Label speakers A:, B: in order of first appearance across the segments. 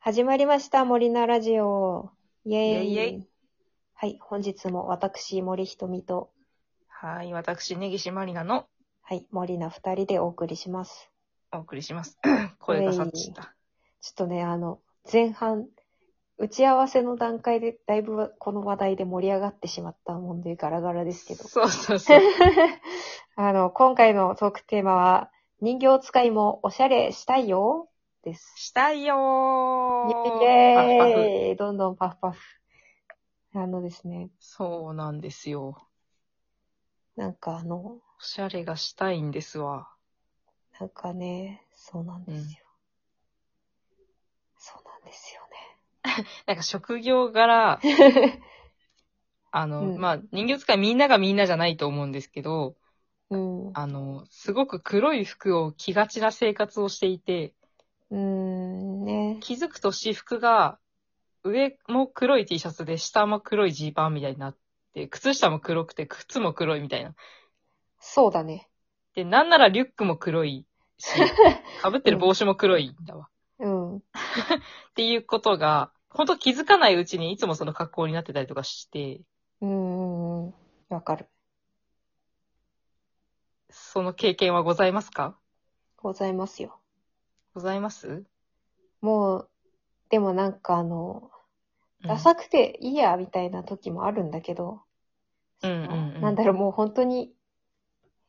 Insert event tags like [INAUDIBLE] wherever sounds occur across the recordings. A: 始まりました、森菜ラジオ。イェーイ。
B: イェイイェイ
A: はい、本日も私、森ひとみと、
B: はい、私、根岸まりなの
A: はい、森菜二人でお送りします。
B: お送りします。 [CLEARS THROAT] 声が察知した。
A: ちょっとね、あの、前半、打ち合わせの段階で、だいぶこの話題で盛り上がってしまったもんでガラガラですけど。
B: そうそう
A: [LAUGHS]
B: そう。
A: あの、今回のトークテーマは、人形使いもおしゃれしたいよです。
B: したいよ
A: イ
B: ーああ
A: ェーイどんどんパフパフ。あのですね、
B: そうなんですよ。
A: なんかあの、
B: おしゃれがしたいんですわ。
A: なんかね、そうなんですよ。
B: うん
A: そうなんです
B: なんか職
A: [LAUGHS]
B: 業柄、
A: よね。
B: あの、
A: うん
B: まあ、人形使いみんながみんなじゃないと思うんですけど、
A: うん。う
B: あの、すごく黒い服を着がちな生活をしていて、
A: ーん、ね。
B: 気づくと私服が、上も黒い T シャツで、下も黒いジーパンみたいになって、靴下も黒くて、靴も黒いみたいな。
A: そうだね。
B: で、なんならリュックも黒い
A: [LAUGHS]
B: し、被ってる帽子も黒いんだわ。
A: うん。
B: っていうことが、ほんと気づかないうちにいつもその格好になってたりとかして、
A: うん、うん。わかる。
B: その経験はございますか
A: ございますよ。
B: ございます
A: もう、でもなんかあの、ダサくていいや、みたいな時もあるんだけど、
B: うんうんうん
A: そのなんだろう、もう本当に、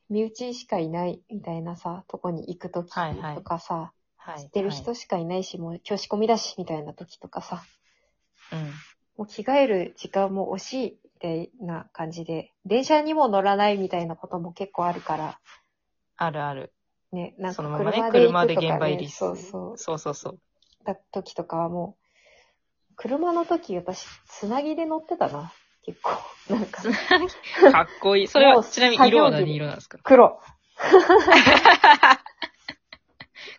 A: 身内しかいないみたいなさ、とこに行く時
B: はいはい
A: とかさ、
B: は
A: 知ってる人しかいないし、もう今日仕込みだし、みたいな時とかさ、
B: うん。
A: もう着替える時間も惜しいみたいな感じで、電車にも乗らないみたいなことも結構あるから、
B: あるある。
A: ね、なん
B: そ
A: か
B: のままね、
A: 車で行くとか、
B: 車で
A: ね、
B: 現場入りす
A: そう
B: る。
A: そう、
B: そうそうそう。
A: [LAUGHS] だ時とかはもう、車の時私、つなぎで乗ってたな、結構。 [LAUGHS] なん
B: [LAUGHS]
A: か、
B: かっこいい。それ
A: も
B: は、
A: う
B: ちなみに色
A: 作業着
B: は何
A: で
B: 色なんですか
A: 黒。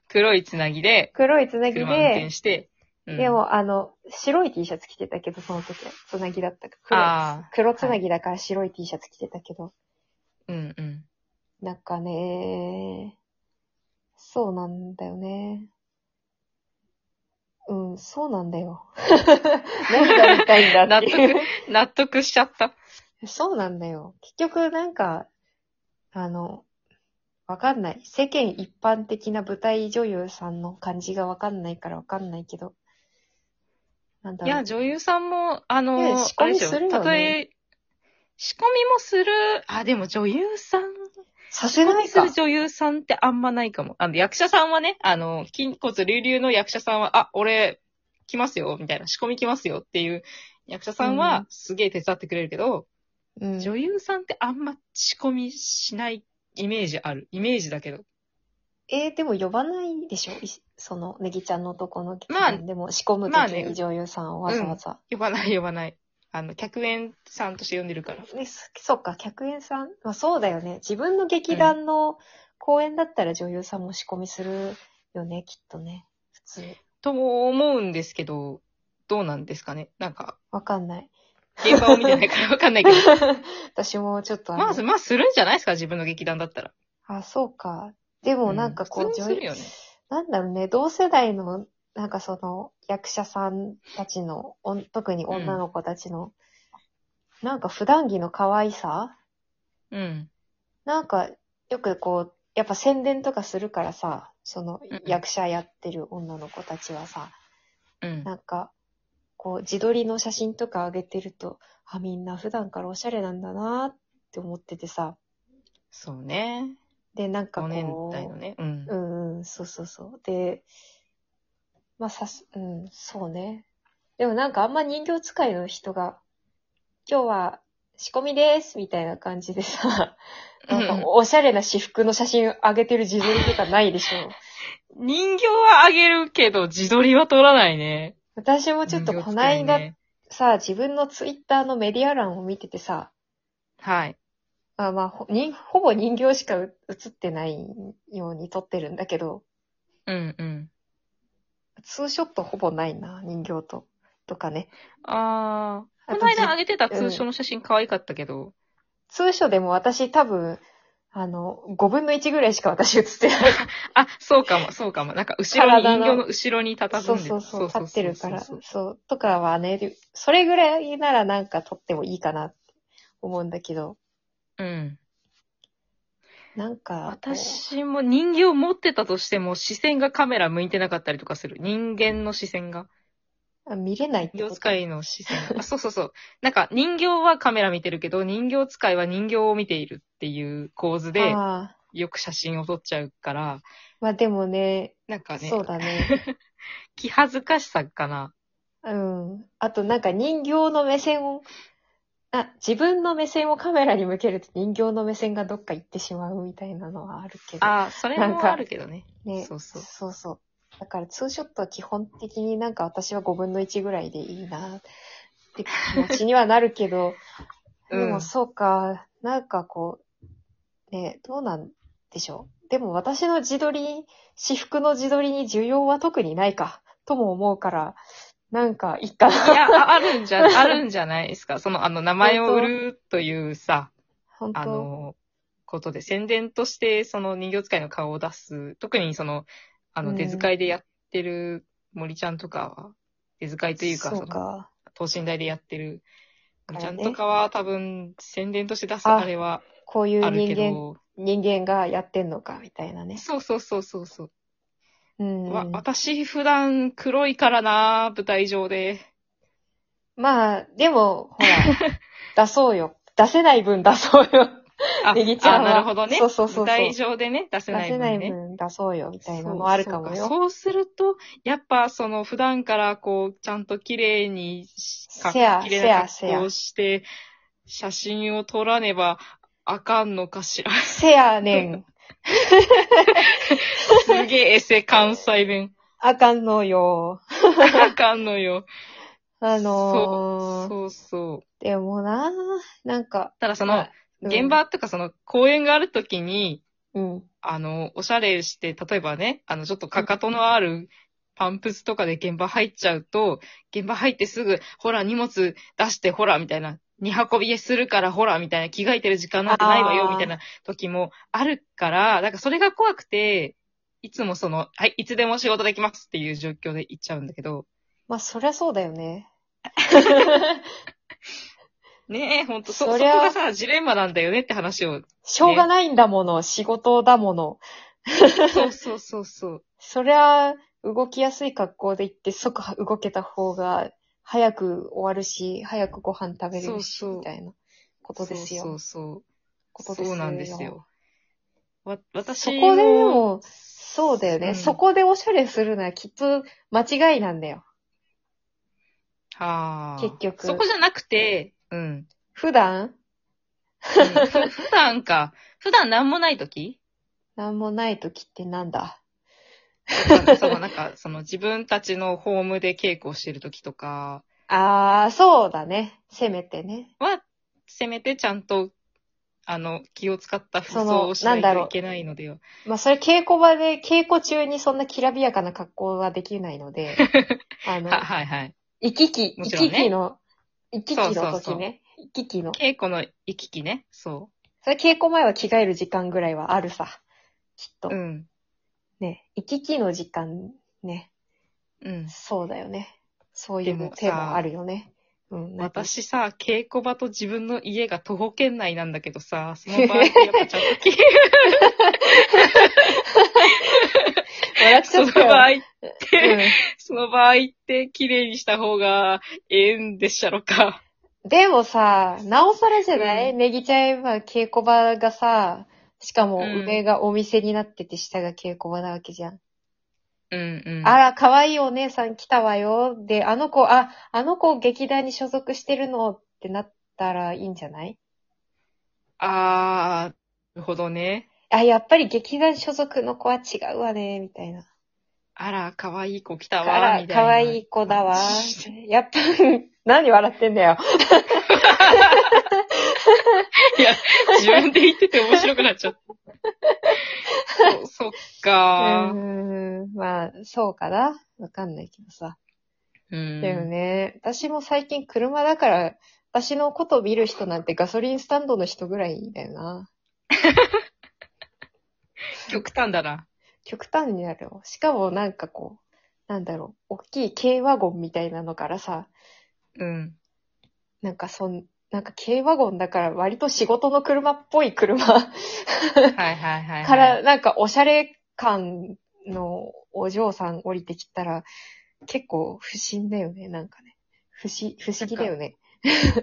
B: 黒いつなぎで、
A: 黒いつなぎ
B: 車運転
A: で、
B: して、うん
A: で、もあの、白い T シャツ着てたけど、その時は、つなぎだったから
B: あー
A: 黒。黒つなぎだから白い T シャツ着てたけど、
B: うんうん。
A: なんかね、そうなんだよね。うん、そうなんだよ。 [LAUGHS] 何が言いたいんだっていう。
B: 納得しちゃった。
A: そうなんだよ。結局なんか、あの、わかんない。世間一般的な舞台女優さんの感じがわかんないからわかんないけど。なんだ
B: い
A: ろう。
B: や、女優さんも、あの、
A: いや仕込み
B: あれです
A: るよね
B: たとえ、仕込みもする、あ、でも女優さん、
A: さ
B: 仕
A: せ
B: 込
A: な
B: み
A: い
B: す
A: か
B: る。女優さんってあんまないかも。あの、役者さんはね、あの、筋骨隆々の役者さんは、あ、俺、来ますよ、みたいな、仕込み来ますよっていう役者さん
A: う
B: は
A: ん、
B: すげえ手伝ってくれるけど、
A: うん。
B: 女優さんってあんま仕込みしないイメージある。イメージだけど。
A: えーでも呼ばないでしょいその、ネギちゃんのとこの劇
B: まあ
A: 団でも仕込むと
B: まあ
A: き
B: ね
A: に女優さんをわざわざ。
B: 呼ばない呼ばない。あの、客演さんとして呼んでるから。
A: ね、そそっか、客演さん。まあそうだよね。自分の劇団の公演だったら女優さんも仕込みするよね、きっとね。普通。
B: と思うんですけど、どうなんですかね。なんか、
A: わかん
B: [LAUGHS]
A: ない。
B: 現場を見てないからわかんないけど。
A: 私もちょっ [LAUGHS] とあの
B: まあ、まあ、するんじゃないですか自分の劇団だったら。
A: あ、そうか。でもなんかこう、
B: 普通にするよね。
A: なんだろうね、同世代の、なんかその、役者さんたちの、おん特に女の子たちの、なんか普段着の可愛さ
B: うん。
A: なんか、よくこう、やっぱ宣伝とかするからさ、その
B: うんうん、
A: 役者やってる女の子たちはさ、
B: うん。
A: なんか、こう、自撮りの写真とか上げてると、あ、みんな普段からおしゃれなんだなって思っててさ、
B: そうね。
A: で、なんか
B: 5年
A: こう、
B: 代のね。うん
A: う。んうん、そうそうそう。で、まあさす、うん、そうね。でもなんかあんま人形使いの人が、今日は仕込みですみたいな感じでさ、
B: う
A: なんか
B: [LAUGHS] ん
A: おしゃれな私服の写真上げてる自撮りとかないでしょ。
B: 人形はあげるけど、自撮りは撮らないね。
A: 私もちょっとこの
B: 人形使
A: 間
B: いね
A: さ、自分のツイッターのメディア欄を見ててさ、
B: はい。
A: まあまあ、ほにほぼ人形しかう写ってないように撮ってるんだけど、
B: うんうん。
A: ツーショットほぼないな、人形と。とかね。
B: あー。
A: あ
B: ことの間あげてた通称の写真可愛かったけど。
A: 通所でも私多分、あの、5分の1ぐらいしか私映って [LAUGHS] ない。
B: あ、そうかも、そうかも。なんか、後ろに、
A: 体
B: 人
A: の
B: 形の後ろに佇んで
A: そうそうそう、立ってるから。そう、とかはね、それぐらいならなんか撮ってもいいかなって思うんだけど、
B: うん。
A: なんか、こう
B: 私も人形持ってたとしても、視線がカメラ向いてなかったりとかする。人間の視線が。
A: あ見れないって
B: 人
A: こ
B: 形
A: と
B: 使いの視線が。あそうそうそう。なんか、人形はカメラ見てるけど、人形使いは人形を見ているっていう構図で、
A: ああ、
B: よく写真を撮っちゃうから、
A: まあでもね、
B: なんかね、
A: そうだね。
B: 気恥ずかしさかな。
A: うん。あとなんか人形の目線を、あ、自分の目線をカメラに向けると人形の目線がどっか行ってしまうみたいなのはあるけど。
B: ああ、それ
A: なん
B: も
A: か
B: あるけどね。
A: ね、
B: そうそう
A: そうそうだからツーショットは基本的になんか私は5分の1ぐらいでいいなって気持ちにはなるけ
B: [LAUGHS]
A: ど、
B: うん
A: でもそうか、なんかこう、ね、どうなんでしょう。でも私の自撮り、私服の自撮りに需要は特にないか、とも思うから、なんかいいか
B: い
A: な。
B: や、ああるんじゃ、あるんじゃないですか。その、あの、名前を売るというさ、
A: 本当
B: あの、ことで、宣伝として、その人形使いの顔を出す。特にその、あ
A: う
B: の、
A: ん
B: 出使いでやってる森ちゃんとかは、出使いというか、
A: そ
B: そうの、
A: か。
B: 等身大でやってる森ちゃん
A: からね
B: とかは、多分、宣伝として出す
A: あ
B: あれは
A: こういう
B: ある
A: 人
B: け
A: 間、
B: ど、
A: 人間がやってんのか、みたいなね。
B: そうそうそうそうそう。
A: うん。
B: わ、私普段黒いからな、舞台上で。
A: まあ、でも、ほら、出そうよ。出せない分出そうよ。
B: [LAUGHS] あ、
A: ネギちゃん
B: あ
A: は
B: なるほどね。
A: そうそうそうそう
B: 舞台上でね、出せ
A: 出
B: ない
A: せ
B: 分
A: ない
B: ね。
A: 分出そうよ、みたいな
B: そう
A: のあるかも
B: そう
A: よ。
B: そうすると、やっぱその普段からこう、ちゃんと綺麗にし、か
A: せや
B: 綺麗な
A: せやせ
B: 格好
A: や
B: をして、写真を撮らねばあかんのかしら。 [LAUGHS]
A: せやねん。
B: すげえエセ関西弁。
A: [LAUGHS] あかんのよ。
B: あかんのよ。
A: あのー、
B: そうそうそう。
A: でもな、なんか、
B: ただそ
A: ま
B: の
A: あ、うん
B: 現場とかその公演があるときに、
A: うん。
B: あの、おしゃれして、例えばね、あの、ちょっとかかとのあるパンプスとかで現場入っちゃうと、現場入ってすぐ、ほら、荷物出して、ほら、みたいな、荷運びするから、ほら、みたいな、着替えてる時間なんてないわ
A: あ
B: よ、
A: ー
B: みたいな時もあるから、なんかそれが怖くて、いつもその、はい、いつでも仕事できますっていう状況で行っちゃうんだけど、
A: まあ、そりゃそうだよ
B: [LAUGHS]
A: ね。
B: ねえ、ほんと、そ、そ
A: そ
B: こ
A: りゃ
B: がさ、ジレンマなんだよねって話を。
A: しょうがないんだもの、仕事だもの。
B: そうそう [LAUGHS] そうそう。
A: そりゃ、動きやすい格好で行って即動けた方が、早く終わるし、早くご飯食べれるし、
B: そうそう
A: みたいなことですよ。
B: そうそう
A: こ
B: そ
A: とで
B: う。
A: すよ
B: そうなんですよ。わ、私
A: そ
B: も
A: こででも、そうだよね。
B: うん
A: そこでおしゃれするのはきっと間違いなんだよ。
B: はあ。
A: 結局
B: そこじゃなくて、うん。
A: 普段、
B: うんふ普段か。 [LAUGHS] 普段なんもない時
A: なんもない時ってなんだ
B: そのなんか、その自分たちのホームで稽古をしてる時とか
A: あー、そうだね。せめてね。
B: は、せめてちゃんと、あの、気を使った服
A: その
B: 装をしない
A: なんだろ
B: と
A: う
B: いけないのでは。
A: まあ、それ稽古場で、稽古中にそんなきらびやかな格好はできないの
B: [LAUGHS]
A: で、あの、
B: は、はいはい。
A: 行き来、
B: も
A: 行
B: ちろん
A: き
B: ね
A: 来の、行き来
B: そ
A: の
B: うそうそう
A: 時ね。行き来の。
B: 稽古の行き来ね。そ
A: それ稽古前は着替える時間ぐらいはあるさ。きっと。
B: う。うん。
A: ね。行き来の時間、ね。
B: うん。
A: そうだよね。そうい
B: で
A: う
B: も
A: 手
B: さ
A: もあるよね。うん。なんか
B: 私さ、稽古場と自分の家が徒歩圏内なんだけどさ、その場合やっぱちょっと稽
A: 笑っ [LAUGHS] ちゃ
B: 古、
A: った
B: その
A: よ。
B: 場合って、
A: う
B: その場合って綺麗にした方がええんでっしゃろか。
A: んでもさ、なおさらじゃない、
B: う
A: ネギちゃんは稽古場がさ、しかも
B: うん
A: 上がお店になってて下が稽古場なわけじゃん。
B: うんうん。
A: あら、可愛いお姉さん来たわよ。で、あの子、あ、あの子劇団に所属してるのってなったらいいんじゃない
B: あー、なるほどね。
A: あ、やっぱり劇団所属の子は違うわね、みたいな。
B: あら、かわいい子来た
A: あ
B: わ、みた
A: ら
B: い、な。
A: 可愛い子
B: [LAUGHS]
A: だわ。やっぱ、何笑ってんだよ。
B: いや、自分で言ってて面白くなっちゃった。 [LAUGHS] そそっ
A: う
B: か
A: ーん、まあ、そうかな。わかんないけどさ。
B: ー。うん。
A: だよね。私も最近車だから、私のこと見る人なんてガソリンスタンドの人ぐらいだよな。
B: 極端だな。
A: 極端になるよ。しかもなんかこう、なんだろう、大きい軽ワゴンみたいなのからさ、
B: うん。
A: なんかそん、なんか軽ワゴンだから割と仕事の車っぽい車 [LAUGHS]
B: はいはいはい、 [LAUGHS] はい。
A: から、なんかおしゃれ感のお嬢さん降りてきたら、結構不審だよね、なんかね。不思不思議だよね。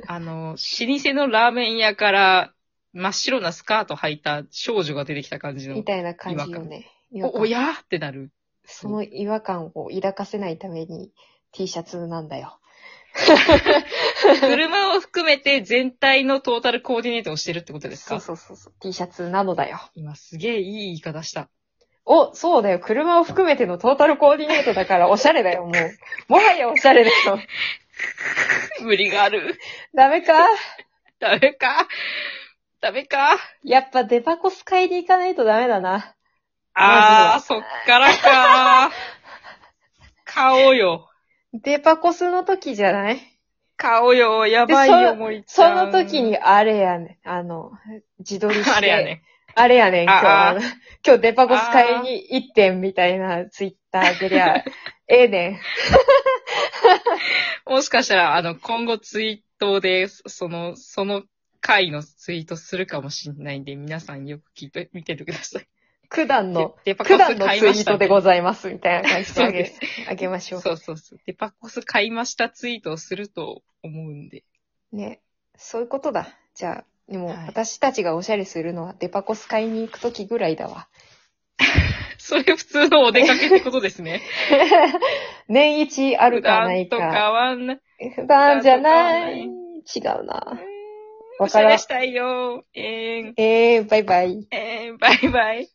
B: あの、老舗のラーメン屋から真っ白なスカート履いた少女が出てきた感じの
A: み。たいな感じよね。違和
B: お、
A: 感
B: おやってなる。
A: その違和感を抱かせないために T シャツなんだよ。 [LAUGHS]
B: 車を含めて全体のトータルコーディネートをしてるってことです
A: そう
B: か
A: そうそうそう。T シャツなのだよ。
B: 今すげえいい言い方した。
A: お、そうだよ。車を含めてのトータルコーディネートだからおしゃれだ
B: [LAUGHS]
A: よ、もう。もはやおしゃれだよ。
B: 無理がある。 [LAUGHS]
A: ダメか
B: ダメかダメか
A: やっぱデパコス買いに行かないとダメだな。
B: あー、そっから
A: [LAUGHS]
B: か。買おうよ。
A: デパコスの時じゃない
B: 買おうよ。やばい
A: で
B: よ、
A: そ
B: 森ち
A: そ
B: ゃ
A: の
B: ん。
A: 時に、。あれやねん。あの、自撮りして。
B: [LAUGHS] あれやね。
A: あれやねん、今日
B: ああ
A: あの。今日デパコス買いに行ってんみたいなツイッターでり
B: [LAUGHS]
A: ゃ、ええね
B: もしかしたら、あの、今後ツイートで、そその、その回のツイートするかもしれないんで、皆さんよく聞いて、見ててください。
A: ん。九段の、
B: デパ
A: 九
B: コ
A: 段
B: ス
A: のツ
B: 買
A: イ
B: いまし
A: ー
B: た
A: トでございます、みたいな感じであ
B: そうで
A: げ
B: す、
A: あげましょう。
B: そうそうそう。デパコス買いましたツイートをすると思うん
A: [LAUGHS]
B: で。
A: ね。そういうことだ。じゃあ、でも、
B: はい
A: 私たちがおしゃれするのはデパコス買いに行くときぐらいだわ。
B: それ普通のお出かけってことですね。
A: 年一 [LAUGHS] あるかない
B: 普段と変
A: か。
B: わんない。
A: 普段じゃな
B: 普段と変
A: い。違
B: わ
A: うな。
B: お
A: わ
B: しゃ
A: から
B: れ
A: ん
B: し。たいよ。えーん、
A: えー、バイバイ。
B: えーん、バイバイ。